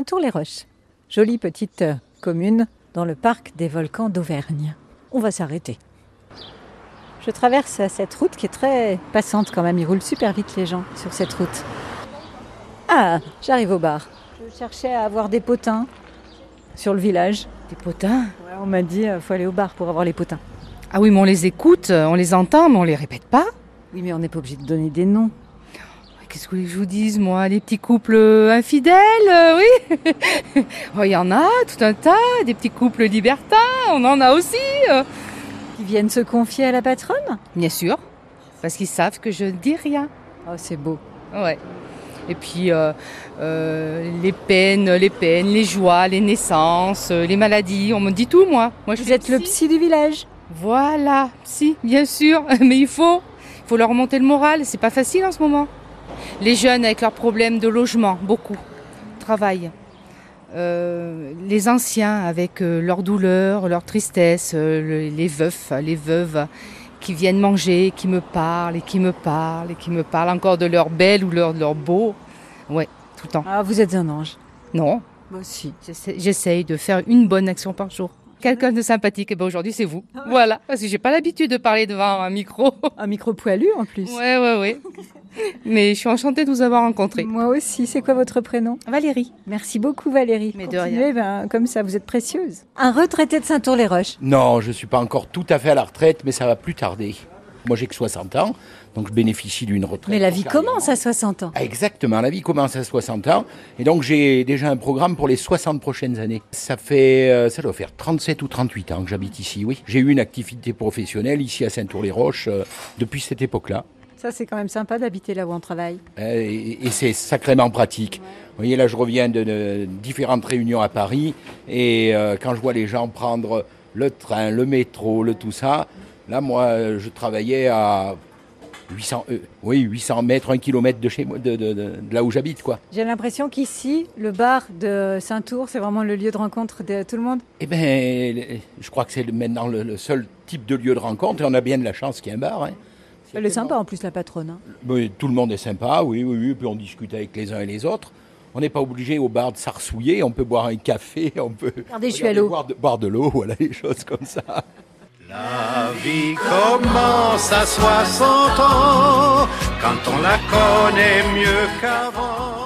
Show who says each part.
Speaker 1: Saint-Tour-les-Roches. Jolie petite euh, commune dans le parc des volcans d'Auvergne. On va s'arrêter. Je traverse euh, cette route qui est très passante quand même. Ils roulent super vite les gens sur cette route. Ah, j'arrive au bar. Je cherchais à avoir des potins sur le village.
Speaker 2: Des potins
Speaker 1: Ouais, on m'a dit euh, faut aller au bar pour avoir les potins.
Speaker 2: Ah oui, mais on les écoute, on les entend, mais on les répète pas.
Speaker 1: Oui, mais on n'est pas obligé de donner des noms.
Speaker 2: Qu'est-ce que vous voulez que je vous dise, moi Les petits couples euh, infidèles, euh, oui Oh, Il y en a tout un tas, des petits couples libertins, on en a aussi
Speaker 1: Ils viennent se confier à la patronne
Speaker 2: Bien sûr, parce qu'ils savent que je ne dis rien.
Speaker 1: Oh, c'est beau.
Speaker 2: Ouais. Et puis, euh, euh, les peines, les peines, les joies, les naissances, euh, les maladies, on me dit tout, moi. Moi, je
Speaker 1: Vous
Speaker 2: suis
Speaker 1: êtes le psy du village.
Speaker 2: Voilà, si, bien sûr, mais il faut, il faut leur remonter le moral, c'est pas facile en ce moment. Les jeunes avec leurs problèmes de logement, beaucoup, travail. Euh, les anciens avec euh, leurs douleurs, leurs tristesses, euh, le- les veufs, les veuves qui viennent manger, qui me parlent et qui me parlent et qui me parlent encore de leur belle ou leur, de leur beau. Ouais, tout le temps.
Speaker 1: Ah, vous êtes un ange.
Speaker 2: Non,
Speaker 1: Moi aussi.
Speaker 2: j'essaie- j'essaye de faire une bonne action par jour. Quelqu'un de sympathique, et ben aujourd'hui c'est vous. Voilà, parce que j'ai pas l'habitude de parler devant un micro.
Speaker 1: Un micro poilu en plus.
Speaker 2: Ouais, ouais, ouais. Mais je suis enchantée de vous avoir rencontré.
Speaker 1: Moi aussi. C'est quoi votre prénom
Speaker 2: Valérie.
Speaker 1: Merci beaucoup Valérie.
Speaker 2: Mais de
Speaker 1: Continuez, ben, comme ça, vous êtes précieuse. Un retraité de Saint-Tour-les-Roches.
Speaker 3: Non, je ne suis pas encore tout à fait à la retraite, mais ça va plus tarder. Moi, j'ai que 60 ans, donc je bénéficie d'une retraite.
Speaker 1: Mais la vie
Speaker 3: carrément.
Speaker 1: commence à 60 ans.
Speaker 3: Ah, Exactement, la vie commence à 60 ans, et donc j'ai déjà un programme pour les 60 prochaines années. Ça fait, euh, ça doit faire 37 ou 38 ans que j'habite ici, oui. J'ai eu une activité professionnelle ici à Saint-Tour-les-Roches euh, depuis cette époque-là.
Speaker 1: Ça, c'est quand même sympa d'habiter là où on travaille.
Speaker 3: Euh, et, et c'est sacrément pratique. Vous voyez, là, je reviens de, de différentes réunions à Paris, et euh, quand je vois les gens prendre le train, le métro, le tout ça, là, moi, euh, je travaillais à 800, euh, oui, 800 mètres, 1 kilomètre de chez moi, de, de- de- de là où j'habite, quoi.
Speaker 1: J'ai l'impression qu'ici, le bar de Saint-Tour, c'est vraiment le lieu de rencontre de tout le monde.
Speaker 3: Eh ben, je crois que c'est le- maintenant le, le seul type de lieu de rencontre, et on a bien de la chance qu'il y ait un bar. Hein.
Speaker 1: Elle est sympa en plus, la patronne. hein.
Speaker 3: Mais tout le monde est sympa, oui, oui, oui, puis on discute avec les uns et les autres. On n'est pas obligé au bar de s'arsouiller, on peut boire un café, on peut
Speaker 1: Regardez, je suis
Speaker 3: Regardez,
Speaker 1: à l'eau.
Speaker 3: boire de, boire de l'eau, voilà, des choses comme ça.
Speaker 4: La vie commence à 60 ans, quand on la connaît mieux qu'avant.